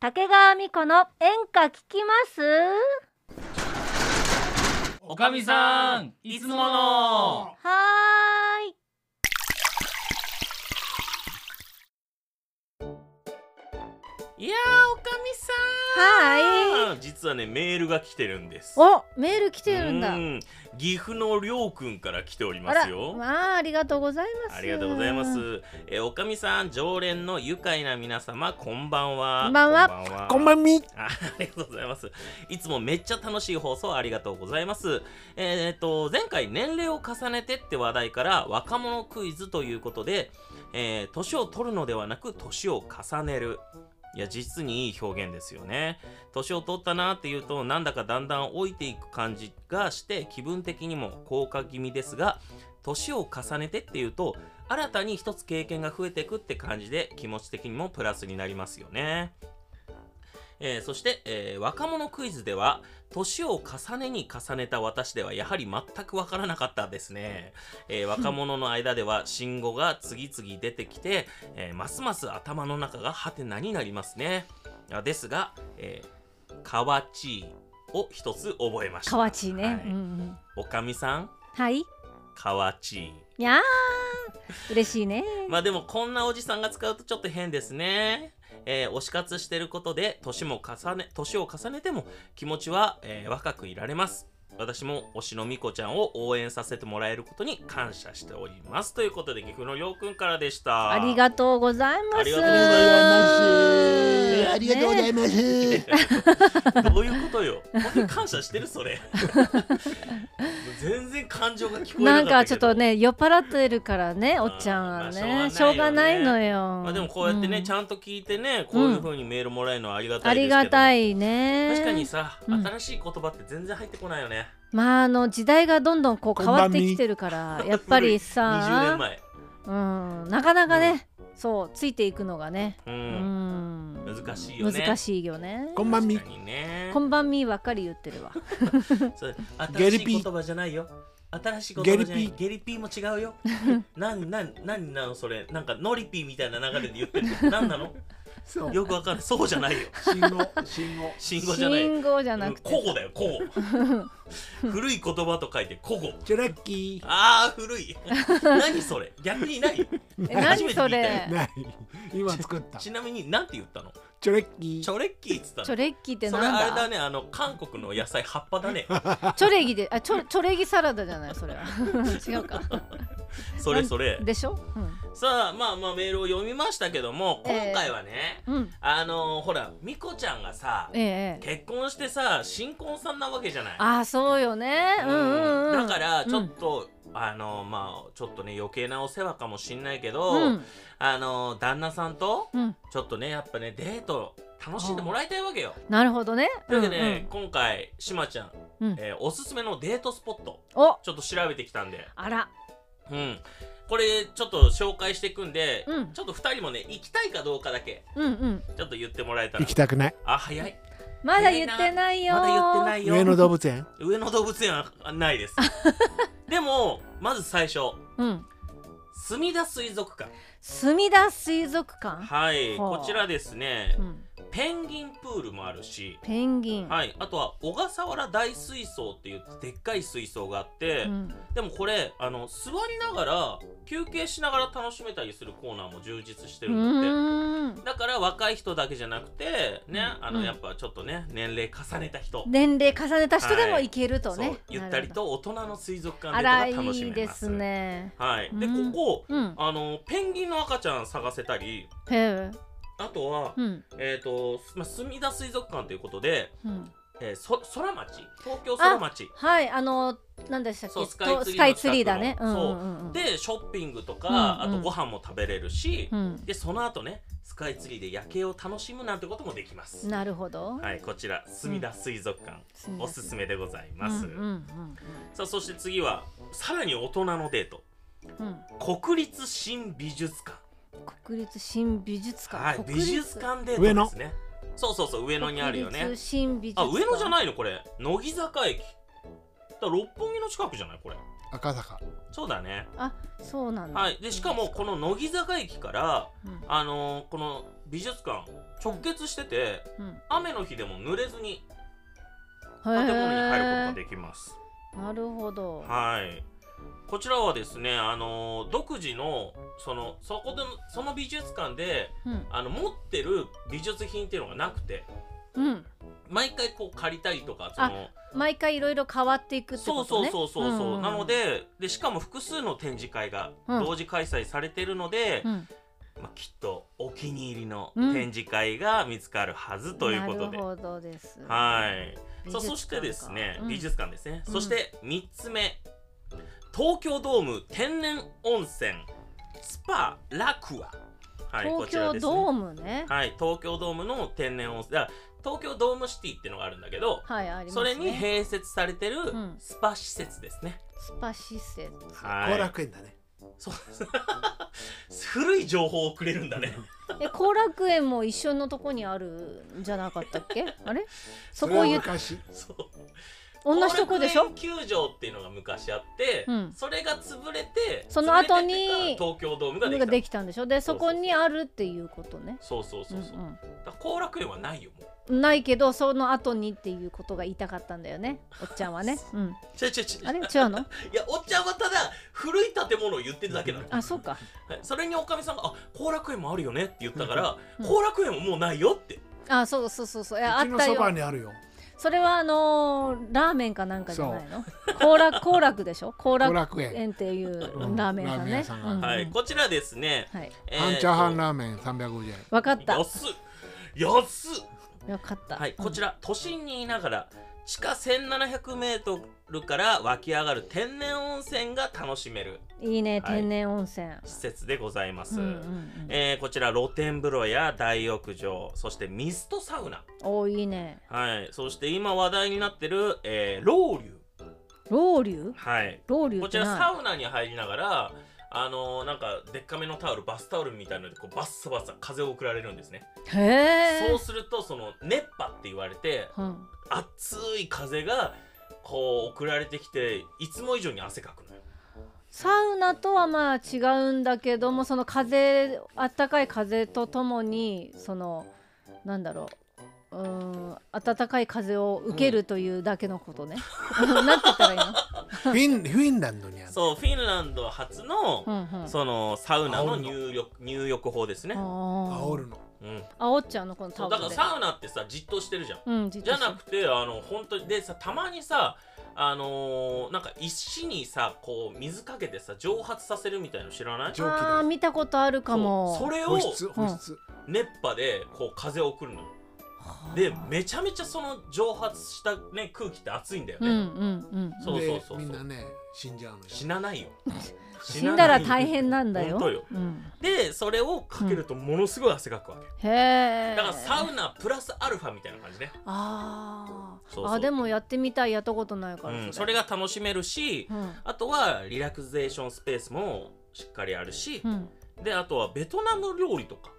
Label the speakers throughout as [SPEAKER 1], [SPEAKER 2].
[SPEAKER 1] 竹川美子の演歌聞きます
[SPEAKER 2] おかみさんいつもの
[SPEAKER 1] はーい
[SPEAKER 2] いやーおかみさ
[SPEAKER 1] はーい
[SPEAKER 2] ん実はねメールが来てるんです
[SPEAKER 1] おメール来てるんだ
[SPEAKER 2] うん岐阜のりょうくんから来ており
[SPEAKER 1] あ
[SPEAKER 2] ま
[SPEAKER 1] ら
[SPEAKER 2] すよ
[SPEAKER 1] まあありがとうございます
[SPEAKER 2] ありがとうございます。えーおかみさん、常連の愉快な皆様、こんばんは。
[SPEAKER 1] こんばんは
[SPEAKER 2] こんばんは。
[SPEAKER 3] こんばんみ
[SPEAKER 2] あありがとうございます。いつもめっちゃ楽しい放送ありがとうございます。えー、っと、前回年齢を重ねてって話題から若者クイズということで、えー年を取るのではなく年を重ねる。いや、実にいい表現ですよね。年を取ったなっていうと、なんだかだんだん老いていく感じがして、気分的にも高架気味ですが、年を重ねてっていうと、新たに一つ経験が増えていくって感じで、気持ち的にもプラスになりますよね。えーそして、えー若者クイズでは、年を重ねに重ねた私ではやはり全くわからなかったですね。 えー若者の間では、新語が次々出てきて、えーますます頭の中がハテナになりますね。あですが、えー、かわちいを一つ覚えました。
[SPEAKER 1] かわちいね、
[SPEAKER 2] は
[SPEAKER 1] うんうん
[SPEAKER 2] おかみさん、
[SPEAKER 1] はい
[SPEAKER 2] かわちい。
[SPEAKER 1] いやー嬉しいね
[SPEAKER 2] まあでもこんなおじさんが使うとちょっと変ですね。えー推し活してることで年も重ね年を重ねても気持ちは、えー若くいられます。私も推しのみこちゃんを応援させてもらえることに感謝しております。ということで岐阜のりょうくんからでした。
[SPEAKER 1] ありがとうございます
[SPEAKER 2] ありがとうご
[SPEAKER 3] ざいます。ありがとうござ
[SPEAKER 1] ね
[SPEAKER 3] います。
[SPEAKER 2] どういうことよ。本当に感謝してる それ。全然感情が聞こえ
[SPEAKER 1] な
[SPEAKER 2] なんか
[SPEAKER 1] か
[SPEAKER 2] った
[SPEAKER 1] ちょっ
[SPEAKER 2] けど
[SPEAKER 1] と。ね酔っ払ってるからねおっちゃんは
[SPEAKER 2] まあ
[SPEAKER 1] ね
[SPEAKER 2] し
[SPEAKER 1] し
[SPEAKER 2] ょ
[SPEAKER 1] ょ
[SPEAKER 2] う
[SPEAKER 1] う
[SPEAKER 2] が
[SPEAKER 1] が
[SPEAKER 2] な
[SPEAKER 1] ない
[SPEAKER 2] よね
[SPEAKER 1] いのよ
[SPEAKER 2] まあでもこうやってね、
[SPEAKER 1] ん
[SPEAKER 2] ちゃんと聞いてねこういう風にメールもらえるのはありがた
[SPEAKER 1] あ
[SPEAKER 2] いです
[SPEAKER 1] り
[SPEAKER 2] けど。
[SPEAKER 1] がたいね
[SPEAKER 2] 確かにさ、
[SPEAKER 1] うん
[SPEAKER 2] 新しい言葉って全然入ってこないよね。
[SPEAKER 1] まああの時代がどんどんこう
[SPEAKER 3] こん
[SPEAKER 1] 変
[SPEAKER 3] ばんみ
[SPEAKER 1] わってきてる からやっぱり
[SPEAKER 2] 20年
[SPEAKER 1] さ、
[SPEAKER 2] 前。
[SPEAKER 1] うん、なかなかね、そうついていくのがね、
[SPEAKER 2] う。
[SPEAKER 1] うんん、
[SPEAKER 2] 難しいよね
[SPEAKER 1] 難しいよね
[SPEAKER 3] こんばんみ
[SPEAKER 2] 確かにね。
[SPEAKER 1] こんばんみばっかり言ってるわ
[SPEAKER 2] そう
[SPEAKER 3] ゲ
[SPEAKER 2] 新
[SPEAKER 3] リ
[SPEAKER 2] し
[SPEAKER 3] ピ
[SPEAKER 2] い言葉じゃないよ。新しい言葉じゃない。ゲ
[SPEAKER 3] ゲリ
[SPEAKER 2] リピーも違 うよ。なんなんなんなのそれ。なんかノリピーみたいな流れで言ってる。なんなの？
[SPEAKER 3] そう。
[SPEAKER 2] よくわかんない。そうじゃないよ。
[SPEAKER 3] 信号、信号。
[SPEAKER 2] 信号じゃない。
[SPEAKER 1] 信号じゃなくて
[SPEAKER 2] うん古語だよ 古語古い言葉と書いて古語
[SPEAKER 3] チュラッキ
[SPEAKER 2] あ ー古い何それ逆にない
[SPEAKER 3] ー。
[SPEAKER 1] え
[SPEAKER 2] な
[SPEAKER 1] 何それ
[SPEAKER 3] いない。今作った。チ
[SPEAKER 2] ちなみになんて言ったの
[SPEAKER 3] ュラッキ
[SPEAKER 2] チョレッキーっつったの
[SPEAKER 1] チョレッキって
[SPEAKER 2] それあ
[SPEAKER 1] な
[SPEAKER 2] れ
[SPEAKER 1] ん
[SPEAKER 2] だ
[SPEAKER 1] だ
[SPEAKER 2] ねあの韓国の野菜葉っぱだね
[SPEAKER 1] チョレギであチョチョレギサラダじゃないそれは 違うか
[SPEAKER 2] それそれ
[SPEAKER 1] でしょ
[SPEAKER 2] さあまあまあメールを読みましたけども
[SPEAKER 1] ええ
[SPEAKER 2] 今回はね、
[SPEAKER 1] うん、うん、
[SPEAKER 2] あのーほらミコちゃんがさ
[SPEAKER 1] ええええ
[SPEAKER 2] 結婚してさ新婚さんなわけじゃない
[SPEAKER 1] ああそうよねうんうんうん
[SPEAKER 2] だからちょっと、あのーまあちょっとね余計なお世話かもしんないけど、
[SPEAKER 1] うん
[SPEAKER 2] あのー旦那さんと
[SPEAKER 1] うん
[SPEAKER 2] ちょっとねやっぱねデート楽しんでもらいたいわけよ。
[SPEAKER 1] なるほどね
[SPEAKER 2] というわけで、
[SPEAKER 1] うんうん
[SPEAKER 2] 今回しまちゃん、
[SPEAKER 1] うん
[SPEAKER 2] えーおすすめのデートスポット
[SPEAKER 1] お
[SPEAKER 2] ちょっと調べてきたんで、
[SPEAKER 1] あら
[SPEAKER 2] うん、これちょっと紹介していくんで、
[SPEAKER 1] うん
[SPEAKER 2] ちょっと2人もね行きたいかどうかだけ
[SPEAKER 1] うんうん
[SPEAKER 2] ちょっと言ってもらえた
[SPEAKER 3] ー。行
[SPEAKER 2] ら
[SPEAKER 3] きたくない。
[SPEAKER 2] あ早い
[SPEAKER 1] まだ言ってないよ
[SPEAKER 2] まだ言ってないいよ
[SPEAKER 3] 上野動物園。
[SPEAKER 2] 上野動物園はあな いですでもまず最初
[SPEAKER 1] うん
[SPEAKER 2] 墨田水族館
[SPEAKER 1] 墨田水族館
[SPEAKER 2] はい
[SPEAKER 1] ほう
[SPEAKER 2] こちらですね
[SPEAKER 1] うん
[SPEAKER 2] ペンギンプールもあるし
[SPEAKER 1] ペンギン
[SPEAKER 2] はい、あとは小笠原大水槽っていうでっかい水槽があって、
[SPEAKER 1] うん
[SPEAKER 2] でもこれあの座りながら休憩しながら楽しめたりするコーナーも充実して
[SPEAKER 1] う
[SPEAKER 2] るんだって。
[SPEAKER 1] ーん
[SPEAKER 2] だから若い人だけじゃなくてね、
[SPEAKER 1] うん
[SPEAKER 2] あの
[SPEAKER 1] うん
[SPEAKER 2] やっぱちょっとね年齢重ねた人、
[SPEAKER 1] 年齢重ねた人でも行けると
[SPEAKER 2] そ
[SPEAKER 1] ね
[SPEAKER 2] うゆったりと大人の水族
[SPEAKER 1] なる
[SPEAKER 2] 館で
[SPEAKER 1] ほどあら
[SPEAKER 2] とか楽し
[SPEAKER 1] い
[SPEAKER 2] め
[SPEAKER 1] い
[SPEAKER 2] ます
[SPEAKER 1] ですね
[SPEAKER 2] はい、で
[SPEAKER 1] うん
[SPEAKER 2] ここ
[SPEAKER 1] うん
[SPEAKER 2] あのペンギンの赤ちゃん探せたり
[SPEAKER 1] へえ
[SPEAKER 2] あとは、
[SPEAKER 1] うん
[SPEAKER 2] えっ、と、まあ、墨田水族館ということで、
[SPEAKER 1] うん
[SPEAKER 2] えー、そ空町東京空町
[SPEAKER 1] はいあの何でしたっけ
[SPEAKER 2] そう
[SPEAKER 1] と
[SPEAKER 2] スカイツリーの
[SPEAKER 1] スカイツリーだね
[SPEAKER 2] 近く
[SPEAKER 1] う
[SPEAKER 2] の
[SPEAKER 1] んう
[SPEAKER 2] そうん
[SPEAKER 1] うんうん
[SPEAKER 2] でショッピングとか、
[SPEAKER 1] うんうん
[SPEAKER 2] あとご飯も食べれるし、
[SPEAKER 1] うん
[SPEAKER 2] でその後ねスカイツリーで夜景を楽しむなんてこともできます、
[SPEAKER 1] なるほど
[SPEAKER 2] はいこちら墨田水族館、
[SPEAKER 1] 墨田
[SPEAKER 2] おすすめでございます、
[SPEAKER 1] うんうん
[SPEAKER 2] さあそして次はさらに大人のデート
[SPEAKER 1] うんうん
[SPEAKER 2] 国立新美術館
[SPEAKER 1] 国立新美術館
[SPEAKER 2] はい
[SPEAKER 1] 国
[SPEAKER 2] 美
[SPEAKER 1] 立
[SPEAKER 2] 術館デートですねそうそうそう上野にあるよね
[SPEAKER 1] 国立新美術
[SPEAKER 2] あ上野じゃ
[SPEAKER 1] い
[SPEAKER 2] ないのこれ乃木坂駅だから六本木の近くじゃないこれ
[SPEAKER 3] 赤坂
[SPEAKER 2] そうだね。
[SPEAKER 1] そうなんだ。
[SPEAKER 2] はい。で、しかも、この乃木坂駅から、
[SPEAKER 1] うん
[SPEAKER 2] あのーこの美術館、直結してて、
[SPEAKER 1] うん、
[SPEAKER 2] 雨の日でも濡れずに
[SPEAKER 1] 建
[SPEAKER 2] 建物に入ることができます。
[SPEAKER 1] なるほど。
[SPEAKER 2] はい。こちらはですね、あのー独自の、その、そこで、その美術館で、
[SPEAKER 1] うん、
[SPEAKER 2] あの、持ってる美術品っていうのがなくて、
[SPEAKER 1] うん、
[SPEAKER 2] 毎回こう借りたりとか、そ
[SPEAKER 1] あ
[SPEAKER 2] の、
[SPEAKER 1] 毎回いろいろ変わっていくって
[SPEAKER 2] そ
[SPEAKER 1] こ
[SPEAKER 2] うそ
[SPEAKER 1] と
[SPEAKER 2] う
[SPEAKER 1] ね。
[SPEAKER 2] そうそうそう、
[SPEAKER 1] ん
[SPEAKER 2] なの、ででしかも複数の展示会が
[SPEAKER 1] うん
[SPEAKER 2] 同時開催されてるので、
[SPEAKER 1] うん、
[SPEAKER 2] まあ、きっとお気に入りの
[SPEAKER 1] うん
[SPEAKER 2] 展示会が見つかるはずということで、
[SPEAKER 1] なるほどです。
[SPEAKER 2] はい
[SPEAKER 1] 美術館
[SPEAKER 2] さ
[SPEAKER 1] か
[SPEAKER 2] あそしてですね、
[SPEAKER 1] うん
[SPEAKER 2] 美術館ですね、
[SPEAKER 1] うん
[SPEAKER 2] そして3つ目東京ドーム天然温泉スパラクア、はい、こ
[SPEAKER 1] 東
[SPEAKER 2] ちら
[SPEAKER 1] 京
[SPEAKER 2] です
[SPEAKER 1] ドー
[SPEAKER 2] ね
[SPEAKER 1] ムね。
[SPEAKER 2] はい東京ドームの天然温泉だから東京ドームシティってのがあるんだけど
[SPEAKER 1] はい、あります
[SPEAKER 2] そ
[SPEAKER 1] ね。
[SPEAKER 2] れに併設されてる
[SPEAKER 1] ん
[SPEAKER 2] スパ施設ですね。
[SPEAKER 1] スパ施設。
[SPEAKER 2] は
[SPEAKER 3] 後
[SPEAKER 2] い。
[SPEAKER 3] 楽園だね
[SPEAKER 2] そうです。古い情報をくれるんだね。
[SPEAKER 1] え、後楽園も一緒のとこにあるんじゃなかったっけ？あ れ？そこを
[SPEAKER 3] は
[SPEAKER 1] 言っ
[SPEAKER 3] 昔
[SPEAKER 2] そう。
[SPEAKER 1] 同じとこでしょ
[SPEAKER 2] 後楽？園球場っていうのが昔あって、
[SPEAKER 1] うん
[SPEAKER 2] それが潰れて、
[SPEAKER 1] その後に
[SPEAKER 2] 潰れてから東京ドームができ
[SPEAKER 1] が
[SPEAKER 2] た。
[SPEAKER 1] できたんでしょ？で、
[SPEAKER 2] そう
[SPEAKER 1] そ
[SPEAKER 2] そうそう
[SPEAKER 1] こにあるっていうことね。
[SPEAKER 2] そうそうそうそう。
[SPEAKER 1] うん
[SPEAKER 2] だから後楽園はないよもう。
[SPEAKER 1] うん、ないけどその後にっていうことが言いたかったんだよねおっちゃんはね、うん、
[SPEAKER 2] ちょいちょいちょ
[SPEAKER 1] あれ
[SPEAKER 2] い。
[SPEAKER 1] 違うの
[SPEAKER 2] いやおっちゃんはただ古い建物を言ってるだけなの。
[SPEAKER 1] あそうか
[SPEAKER 2] はいそれにおかみさんがあ後楽園もあるよねって言ったから、
[SPEAKER 1] うん
[SPEAKER 2] 後楽園ももうないよって。
[SPEAKER 1] あそうそうそうそういやあ
[SPEAKER 3] う
[SPEAKER 1] っ
[SPEAKER 3] ちの
[SPEAKER 1] た
[SPEAKER 3] そ
[SPEAKER 1] よ
[SPEAKER 3] ばにあるよ
[SPEAKER 1] それはあのーラーメンかなんかじゃないの行楽行楽でしょ行
[SPEAKER 3] 後
[SPEAKER 1] 楽
[SPEAKER 3] 楽園
[SPEAKER 1] 園っていう
[SPEAKER 3] うん
[SPEAKER 1] ラーメン屋さん
[SPEAKER 3] ラーメン
[SPEAKER 1] ね
[SPEAKER 3] 屋さんがある
[SPEAKER 1] うん
[SPEAKER 2] はい、こちらですね。
[SPEAKER 1] はい
[SPEAKER 2] え
[SPEAKER 3] 半
[SPEAKER 2] と
[SPEAKER 3] チャーハンラーメン350円
[SPEAKER 1] わかったよ
[SPEAKER 2] 安っ安っ
[SPEAKER 1] かった
[SPEAKER 2] はい、こちら、都心にいながら地下 1700m から湧き上がる天然温泉が楽しめる
[SPEAKER 1] うんいいね
[SPEAKER 2] はい
[SPEAKER 1] 天然温泉
[SPEAKER 2] 施設でございます、
[SPEAKER 1] うんうんうん
[SPEAKER 2] えーこちら露天風呂や大浴場そしてミストサウナ、
[SPEAKER 1] おいいね
[SPEAKER 2] はい、そして今話題になってる、えー、ロウリュ、
[SPEAKER 1] ロウリュ
[SPEAKER 2] はい、
[SPEAKER 1] ロウリュ
[SPEAKER 2] こ
[SPEAKER 1] っ
[SPEAKER 2] ち
[SPEAKER 1] て
[SPEAKER 2] らサ
[SPEAKER 1] な
[SPEAKER 2] ウナに入りながらあのーなんかでっかめのタオルバスタオルみたいのでこうバッサバッサ風を送られるんですね、
[SPEAKER 1] へえ
[SPEAKER 2] そうするとその熱波って言われて
[SPEAKER 1] うん
[SPEAKER 2] 熱い風がこう送られてきていつも以上に汗かくのよ
[SPEAKER 1] サウナとはまあ違うんだけどもその風あったかい風とともにそのなんだろううーん暖かい風を受けるというだけのこと ね、なんて言ったらいいの
[SPEAKER 3] フィンフィンランドにある
[SPEAKER 2] そうフィンランド初の、
[SPEAKER 1] うんうん
[SPEAKER 2] そのサウナの
[SPEAKER 3] 煽るの
[SPEAKER 2] 入浴入浴法ですね、
[SPEAKER 1] あ
[SPEAKER 3] 煽
[SPEAKER 1] ー
[SPEAKER 3] るの
[SPEAKER 2] うん、
[SPEAKER 1] 煽っちゃうのこのタ
[SPEAKER 2] そう
[SPEAKER 1] オル
[SPEAKER 2] だ
[SPEAKER 1] で
[SPEAKER 2] からサウナってさじっとしてるじゃん
[SPEAKER 1] うんじ
[SPEAKER 2] じゃなくてあの本当にでさたまにさあのーなんか石にさこう水かけてさ蒸発させるみたいの知らない
[SPEAKER 3] 蒸気だよ
[SPEAKER 1] ああー見たことあるかも
[SPEAKER 2] そうそれを
[SPEAKER 3] 保湿保湿
[SPEAKER 2] 熱波でこう風を送るのよ
[SPEAKER 1] はあ
[SPEAKER 2] でめちゃめちゃその蒸発した、ね、空気って熱いんだよ
[SPEAKER 1] う
[SPEAKER 2] ね、
[SPEAKER 1] んうんうん
[SPEAKER 2] そう
[SPEAKER 3] で
[SPEAKER 2] そう
[SPEAKER 3] みんなね死んじゃうのよ
[SPEAKER 2] 死なないよ
[SPEAKER 1] 死んだら大変なんだよ
[SPEAKER 2] 本当よ
[SPEAKER 1] うん、
[SPEAKER 2] でそれをかけるとものすごい汗かくわけ、
[SPEAKER 1] へえ
[SPEAKER 2] だからサウナプラスアルファみたいな感じね、
[SPEAKER 1] あー
[SPEAKER 2] そうそう
[SPEAKER 1] あでもやってみたいやったことないか
[SPEAKER 2] う
[SPEAKER 1] ら、
[SPEAKER 2] ん、それが楽しめるし
[SPEAKER 1] うん
[SPEAKER 2] あとはリラクゼーションスペースもしっかりあるし
[SPEAKER 1] う、ん
[SPEAKER 2] であとはベトナム料理とか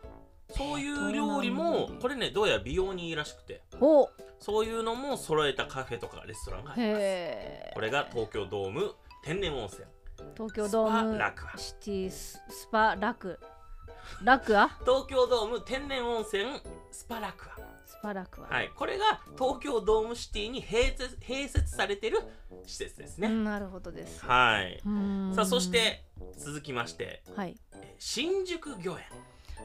[SPEAKER 2] そういう料理
[SPEAKER 1] ベトナム
[SPEAKER 2] も
[SPEAKER 1] 料理
[SPEAKER 2] これねどうやら美容にいいらしくて
[SPEAKER 1] お
[SPEAKER 2] そういうのも揃えたカフェとかレストランがあります
[SPEAKER 1] へえ
[SPEAKER 2] これが東京ドーム天然温泉
[SPEAKER 1] 東京ドー
[SPEAKER 2] スパ
[SPEAKER 1] ム
[SPEAKER 2] ラクア
[SPEAKER 1] シティススパラクラクア
[SPEAKER 2] 東京ドーム天然温泉スパラクア
[SPEAKER 1] スパラクア、
[SPEAKER 2] はい、これが東京ドームシティに併設併設されてる施設ですね。
[SPEAKER 1] うんなるほどです
[SPEAKER 2] はい。
[SPEAKER 1] うん
[SPEAKER 2] さあそして続きまして、
[SPEAKER 1] はい
[SPEAKER 2] えー新宿御苑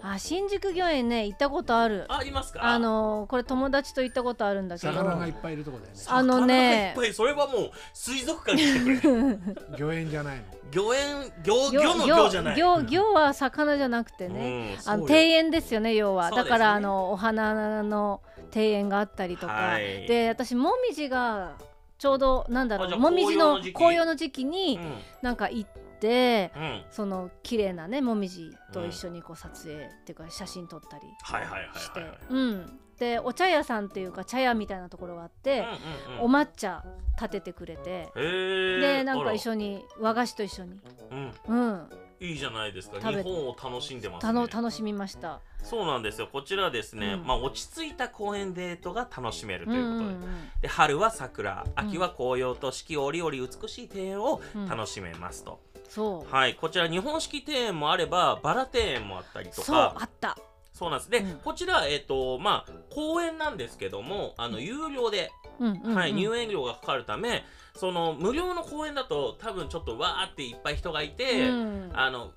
[SPEAKER 1] あ新宿御苑ね行ったことあるあ
[SPEAKER 2] ありますか？
[SPEAKER 1] のーこれ友達と行ったことあるんだけど
[SPEAKER 3] 魚がいっぱいいるとこだよね
[SPEAKER 1] あのね
[SPEAKER 2] 魚がいっぱいそれはもう水族館に来てくれ。
[SPEAKER 3] 魚園じゃないの
[SPEAKER 2] 御苑魚
[SPEAKER 1] 行
[SPEAKER 2] 魚の魚じゃない。
[SPEAKER 1] 行行は魚じゃなくてね、
[SPEAKER 2] ね
[SPEAKER 1] あの庭園ですよね要は、
[SPEAKER 2] そうで
[SPEAKER 1] だ
[SPEAKER 2] すね
[SPEAKER 1] からあのお花の庭園があったりとか、
[SPEAKER 2] はい
[SPEAKER 1] で私もみじがちょうどなんだろ
[SPEAKER 2] あじゃ
[SPEAKER 1] う
[SPEAKER 2] あ
[SPEAKER 1] もみじの
[SPEAKER 2] 紅葉の時期
[SPEAKER 1] 紅葉の時期に、
[SPEAKER 2] うん
[SPEAKER 1] なんか行って
[SPEAKER 2] うんはい
[SPEAKER 1] その綺麗なねもみじと一緒にこう撮影、っていうか写真撮ったり
[SPEAKER 2] はいはいはい
[SPEAKER 1] して、
[SPEAKER 2] はい。
[SPEAKER 1] うんでお茶屋さんっていうか茶屋みたいなところがあって、
[SPEAKER 2] うんうん
[SPEAKER 1] お
[SPEAKER 2] うん
[SPEAKER 1] 抹茶立ててくれて、
[SPEAKER 2] へー
[SPEAKER 1] でなんか一緒に和菓子と一緒に
[SPEAKER 2] あらうん
[SPEAKER 1] うん
[SPEAKER 2] いいいじゃないですか
[SPEAKER 1] 食べ
[SPEAKER 2] 日本を楽しんでます、
[SPEAKER 1] たの
[SPEAKER 2] ね、
[SPEAKER 1] 楽しみました。
[SPEAKER 2] そうなんですよこちらですね、
[SPEAKER 1] うん
[SPEAKER 2] まあ、落ち着いた公園デートが楽しめると
[SPEAKER 1] うん
[SPEAKER 2] いううことで,、
[SPEAKER 1] んうん
[SPEAKER 2] で春は桜
[SPEAKER 1] うん
[SPEAKER 2] 秋は紅葉と四季折々美しい庭園を
[SPEAKER 1] うん
[SPEAKER 2] 楽しめますと、
[SPEAKER 1] そう。
[SPEAKER 2] はいこちら日本式庭園もあればバラ庭園もあったりと
[SPEAKER 1] そう
[SPEAKER 2] か
[SPEAKER 1] あった。
[SPEAKER 2] そうなんです。で、
[SPEAKER 1] うん
[SPEAKER 2] こちら、えっ、と、まあ、公園なんですけども、あの、有料で、
[SPEAKER 1] うんうんうん
[SPEAKER 2] はい、入園料がかかるため、その、無料の公園だと、多分ちょっとわーっていっぱい人がいて、
[SPEAKER 1] うん
[SPEAKER 2] あの、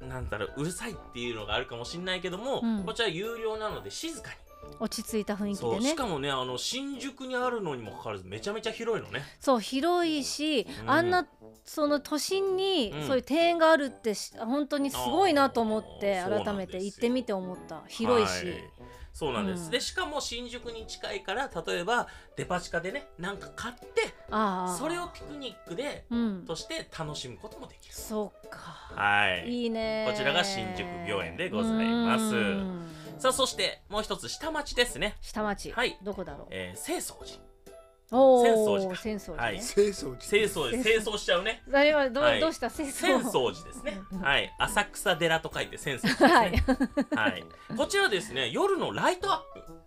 [SPEAKER 2] なんだろう、うるさいっていうのがあるかもしれないけども、
[SPEAKER 1] うん
[SPEAKER 2] こちら有料なので静かに。
[SPEAKER 1] 落ち着いた雰囲気
[SPEAKER 2] そ
[SPEAKER 1] で
[SPEAKER 2] う、
[SPEAKER 1] ね
[SPEAKER 2] し。かもね、あの、新宿にあるのにもかかわらず、めちゃめちゃ広いのね。
[SPEAKER 1] そう広いし、
[SPEAKER 2] うん
[SPEAKER 1] あんなその都心に
[SPEAKER 2] うん
[SPEAKER 1] そういう庭園があるってし本当にすごいなと思って
[SPEAKER 2] あーそうなん
[SPEAKER 1] 改め
[SPEAKER 2] ですよ
[SPEAKER 1] て行ってみて思った広いし、
[SPEAKER 2] はそうなんです、
[SPEAKER 1] うん
[SPEAKER 2] でしかも新宿に近いから例えばデパ地下でねなんか買って
[SPEAKER 1] ああ
[SPEAKER 2] それをピクニックで
[SPEAKER 1] うん
[SPEAKER 2] として楽しむこともできる
[SPEAKER 1] そうか
[SPEAKER 2] はい。
[SPEAKER 1] いいね
[SPEAKER 2] こちらが新宿御苑でございます
[SPEAKER 1] うん
[SPEAKER 2] さあ、そしてもう一つ下町ですね。
[SPEAKER 1] 下町、
[SPEAKER 2] はい
[SPEAKER 1] どこだろう
[SPEAKER 2] えー、清掃寺。
[SPEAKER 1] お
[SPEAKER 2] 浅草寺
[SPEAKER 1] お
[SPEAKER 2] か
[SPEAKER 1] 浅草
[SPEAKER 2] は
[SPEAKER 1] 寺
[SPEAKER 2] い
[SPEAKER 1] ね、
[SPEAKER 3] 清掃寺
[SPEAKER 2] 清掃寺、清掃しちゃうね。
[SPEAKER 1] あれはど,、
[SPEAKER 2] はいう
[SPEAKER 1] どうした浅草
[SPEAKER 2] 浅草寺ですね。はい。浅草寺と書いて浅草 寺
[SPEAKER 1] は
[SPEAKER 2] です
[SPEAKER 1] い
[SPEAKER 2] ね。はい。こちらですね、夜のライトアップ。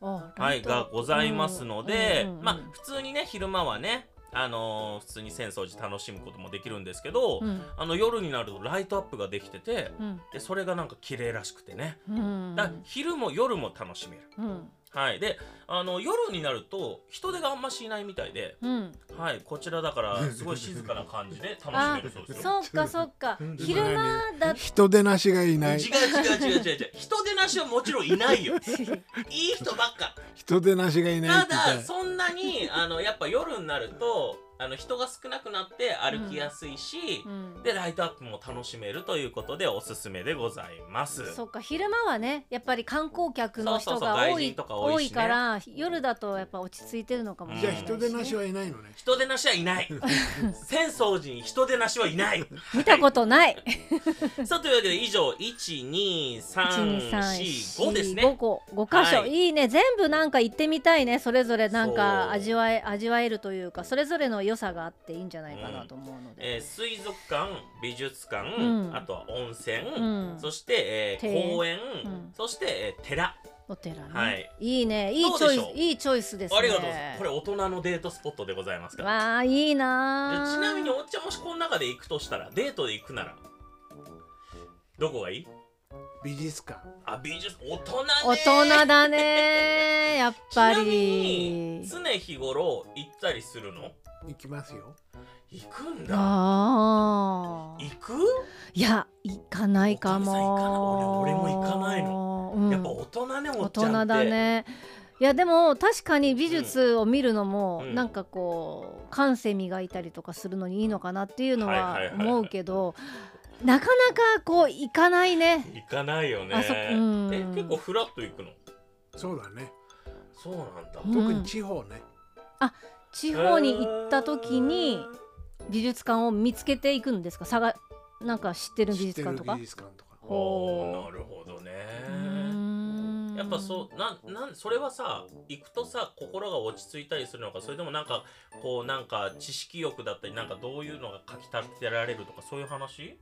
[SPEAKER 1] あ
[SPEAKER 2] は
[SPEAKER 1] ラ
[SPEAKER 2] い、
[SPEAKER 1] イト
[SPEAKER 2] がございますので、
[SPEAKER 1] うんうんうん
[SPEAKER 2] まあ、普通にね、昼間はね、あのー普通に浅草寺楽しむこともできるんですけど、
[SPEAKER 1] うん
[SPEAKER 2] あの、夜になるとライトアップができてて、
[SPEAKER 1] うん
[SPEAKER 2] で、それがなんか綺麗らしくてね。
[SPEAKER 1] うん
[SPEAKER 2] だから昼も夜も楽しめる。
[SPEAKER 1] うん
[SPEAKER 2] はい。で、あの、夜になると人手があんましいないみたいで、
[SPEAKER 1] うん
[SPEAKER 2] はい、こちらだからすごい静かな 感じで楽しめるそうですよ。
[SPEAKER 1] そうかそうか
[SPEAKER 3] うん
[SPEAKER 1] 昼間だっ
[SPEAKER 3] 人出なしがいな
[SPEAKER 2] 違
[SPEAKER 3] いう
[SPEAKER 2] 違う違う違う違う人手なしはもちろんいな いよいい人ばっか
[SPEAKER 3] 人出なしがいな
[SPEAKER 2] た
[SPEAKER 3] いって言った
[SPEAKER 2] だ
[SPEAKER 3] ら
[SPEAKER 2] そんな にあのやっぱ夜になるとあの人が少なくなって歩きやすいし、
[SPEAKER 1] うん
[SPEAKER 2] でライトアップも楽しめるということでおすすめでございます
[SPEAKER 1] そうか昼間はねやっぱり観光客の
[SPEAKER 2] そ
[SPEAKER 1] 人
[SPEAKER 2] うそうそう
[SPEAKER 1] が
[SPEAKER 2] 外
[SPEAKER 1] 多
[SPEAKER 2] 人
[SPEAKER 1] い
[SPEAKER 2] とか多
[SPEAKER 1] 多
[SPEAKER 2] いし
[SPEAKER 1] い
[SPEAKER 2] ね
[SPEAKER 1] から夜だとやっぱ落ち着いてるのかもし
[SPEAKER 3] じ
[SPEAKER 1] れ
[SPEAKER 3] ゃあ
[SPEAKER 1] ない
[SPEAKER 3] 人出なし
[SPEAKER 1] ね
[SPEAKER 3] はいないのね
[SPEAKER 2] 人手なしはいない浅草寺に人手なしは いない
[SPEAKER 1] 見たことない
[SPEAKER 2] さあというわけで以上12345ですね
[SPEAKER 1] 5個五箇所、、
[SPEAKER 2] はい
[SPEAKER 1] いね全部なんか行ってみたいねそれぞれなん
[SPEAKER 2] そう
[SPEAKER 1] か味わえ味わえるというかそれぞれの良さがあっていいんじゃないかなと思うので、
[SPEAKER 2] えー水族館美術館、
[SPEAKER 1] うん
[SPEAKER 2] あとは温泉、
[SPEAKER 1] うん
[SPEAKER 2] そして、えー
[SPEAKER 1] 庭園
[SPEAKER 2] 公園、
[SPEAKER 1] うん
[SPEAKER 2] そして、えー寺
[SPEAKER 1] お寺ね、
[SPEAKER 2] はい、
[SPEAKER 1] いねいいチ
[SPEAKER 2] ど
[SPEAKER 1] ョ
[SPEAKER 2] うで
[SPEAKER 1] イ
[SPEAKER 2] し
[SPEAKER 1] ス
[SPEAKER 2] ょう
[SPEAKER 1] いいチョイスですね
[SPEAKER 2] ありがとうございますこれ大人のデートスポットでございますから
[SPEAKER 1] わあいい
[SPEAKER 2] で
[SPEAKER 1] なあ
[SPEAKER 2] ちなみにおっちゃんもしこの中で行くとしたらデートで行くならどこがいい
[SPEAKER 3] 美術館
[SPEAKER 2] あ美術大人ね
[SPEAKER 1] 大人だ ねやっ
[SPEAKER 2] ち
[SPEAKER 1] ぱ
[SPEAKER 2] なみに
[SPEAKER 1] り
[SPEAKER 2] 常日頃行ったりするの
[SPEAKER 3] 行きますよ
[SPEAKER 2] 行くんだ
[SPEAKER 1] ああ
[SPEAKER 2] 行く、
[SPEAKER 1] いや行かないかも
[SPEAKER 2] お父さん行かない俺俺も行かない
[SPEAKER 1] の、
[SPEAKER 2] やっぱ大人ねお
[SPEAKER 1] 大
[SPEAKER 2] っちゃんって
[SPEAKER 1] 人だねいやでも確かに美術を見るのも、
[SPEAKER 2] うん
[SPEAKER 1] なんかこう感性磨いたりとかするのにいいのかなっていうの
[SPEAKER 2] は
[SPEAKER 1] はい
[SPEAKER 2] はいはいはい
[SPEAKER 1] 思うけど、なかなかこう行かないね
[SPEAKER 2] 行かないよね
[SPEAKER 1] あそっうん
[SPEAKER 2] え結構フラッと行くの
[SPEAKER 3] そうだね
[SPEAKER 2] そうなんだ
[SPEAKER 1] うん
[SPEAKER 3] 特に地方ね
[SPEAKER 1] 地方に行った時に美術館を見つけていくんですか探なんか知ってる美
[SPEAKER 3] 知って
[SPEAKER 1] 術
[SPEAKER 3] る
[SPEAKER 1] 館とか
[SPEAKER 3] 美術館とか
[SPEAKER 2] お
[SPEAKER 1] ほう
[SPEAKER 2] おなるほどね
[SPEAKER 1] うーん
[SPEAKER 2] やっぱそうなんなんそれはさ行くとさ心が落ち着いたりするのかそれともなんかこうなんか知識欲だったりなんかどういうのが書き立てられるとかそういう話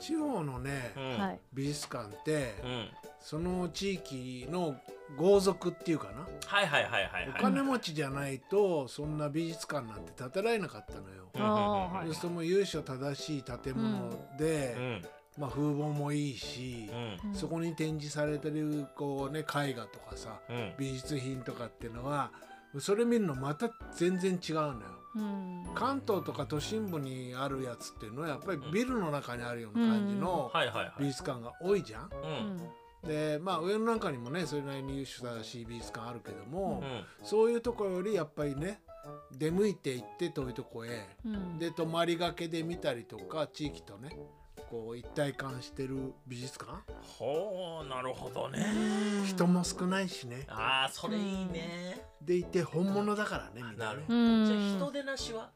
[SPEAKER 3] 地方のね
[SPEAKER 2] うん、
[SPEAKER 1] はい、
[SPEAKER 3] 美術館って
[SPEAKER 2] うん、
[SPEAKER 3] その地域の豪族っていうかな
[SPEAKER 2] はいはいはいはい
[SPEAKER 3] お
[SPEAKER 2] はい
[SPEAKER 3] 金持ちじゃないとそんな美術館なんて建てられなかったのよ
[SPEAKER 2] うんうんうん
[SPEAKER 1] あーはい
[SPEAKER 3] そうするともう由緒正しい建物で、
[SPEAKER 2] うん
[SPEAKER 3] まあ、風貌もいいし
[SPEAKER 2] う、ん
[SPEAKER 1] うん
[SPEAKER 3] そこに展示されてるこう、ね、絵画とかさ
[SPEAKER 2] うん
[SPEAKER 3] 美術品とかっていうのはそれ見るのまた全然違うのよ。
[SPEAKER 1] うん
[SPEAKER 3] 関東とか都心部にあるやつっていうのはやっぱりビルの中にあるような感じの
[SPEAKER 2] はいはいは
[SPEAKER 3] 美
[SPEAKER 2] い
[SPEAKER 3] 術館が多いじゃん。
[SPEAKER 2] う
[SPEAKER 1] うんん
[SPEAKER 3] でまあ上野なんかにもねそれなりに優秀正しい美術館あるけども、
[SPEAKER 2] うん
[SPEAKER 3] そういうとこよりやっぱりね出向いて行って遠いとこへ
[SPEAKER 1] うん
[SPEAKER 3] で泊まりがけで見たりとか地域とねこう一体感してる美術館
[SPEAKER 2] ほうなるほどね
[SPEAKER 3] 人も少ないしね
[SPEAKER 2] あーそれいいね
[SPEAKER 3] でいて本物だからねみん
[SPEAKER 2] な
[SPEAKER 3] な
[SPEAKER 2] る
[SPEAKER 3] ね
[SPEAKER 2] ほ
[SPEAKER 1] う
[SPEAKER 2] ど
[SPEAKER 1] ん
[SPEAKER 2] じゃあ人手なしは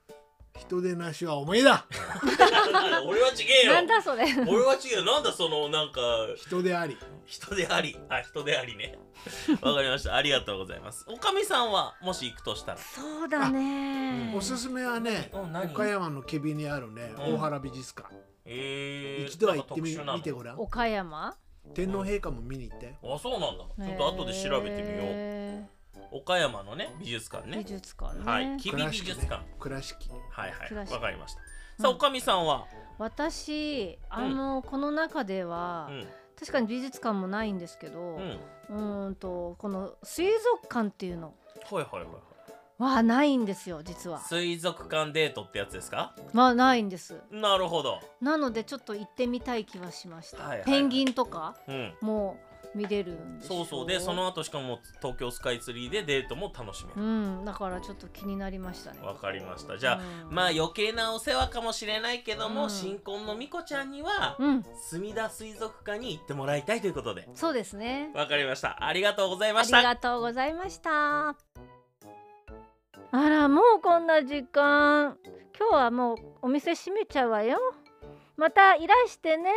[SPEAKER 3] 人出なしはお前だ
[SPEAKER 2] 俺は違えよ
[SPEAKER 1] なんだそれ
[SPEAKER 2] 俺は違うよなんだそのなんか
[SPEAKER 3] 人であり
[SPEAKER 2] 人でありあ人であり ねわかりましたありがとうございますおかみさんはもし行くとしたら
[SPEAKER 1] そうだね
[SPEAKER 3] おすすめはね
[SPEAKER 2] うん何
[SPEAKER 3] 岡山の吉備にあるね
[SPEAKER 2] うん
[SPEAKER 3] 大原美術館
[SPEAKER 2] えー、
[SPEAKER 3] 一度は行ってみ
[SPEAKER 2] なんか特殊なの
[SPEAKER 3] 見てごらん
[SPEAKER 1] 岡山
[SPEAKER 3] 天皇陛下も見に行ったよ
[SPEAKER 2] あそうなんだちょっと後で調べてみよう、
[SPEAKER 1] へ
[SPEAKER 2] 岡山のね美術館
[SPEAKER 1] ー美
[SPEAKER 2] ね
[SPEAKER 1] 術館ね、
[SPEAKER 2] はい吉備
[SPEAKER 3] 倉
[SPEAKER 2] 美
[SPEAKER 3] 敷
[SPEAKER 2] 術
[SPEAKER 3] ね
[SPEAKER 2] 館、
[SPEAKER 3] 倉敷
[SPEAKER 2] はいはい
[SPEAKER 1] 倉敷
[SPEAKER 2] わかりましたさあ
[SPEAKER 1] うん
[SPEAKER 2] おかみさんは、
[SPEAKER 1] 私あの、この中では、
[SPEAKER 2] うん
[SPEAKER 1] 確かに美術館もないんですけど、
[SPEAKER 2] うん、はい
[SPEAKER 1] うん、んとこの水族館っていうの
[SPEAKER 2] はいはいはい
[SPEAKER 1] はないんですよ実は
[SPEAKER 2] 水族館デートってやつですか
[SPEAKER 1] まあないんです
[SPEAKER 2] なるほど
[SPEAKER 1] なのでちょっと行ってみたい気はしました、
[SPEAKER 2] はいはいはい
[SPEAKER 1] ペンギンとか
[SPEAKER 2] うん
[SPEAKER 1] も見れるんでしょ
[SPEAKER 2] そうそうでその後しかも東京スカイツリーでデートも楽しめ
[SPEAKER 1] う
[SPEAKER 2] る
[SPEAKER 1] んだからちょっと気になりましたね
[SPEAKER 2] わかりましたじゃあ、
[SPEAKER 1] うん
[SPEAKER 2] まあ余計なお世話かもしれないけども、
[SPEAKER 1] うん
[SPEAKER 2] 新婚のみこちゃんには、
[SPEAKER 1] うん
[SPEAKER 2] 墨田水族館に行ってもらいたいということで
[SPEAKER 1] そうですね
[SPEAKER 2] わかりましたありがとうございま
[SPEAKER 1] あ
[SPEAKER 2] し
[SPEAKER 1] り
[SPEAKER 2] た
[SPEAKER 1] がとうございました。あらもうこんな時間。今日はもうお店閉めちゃうわよ。またいらしてね。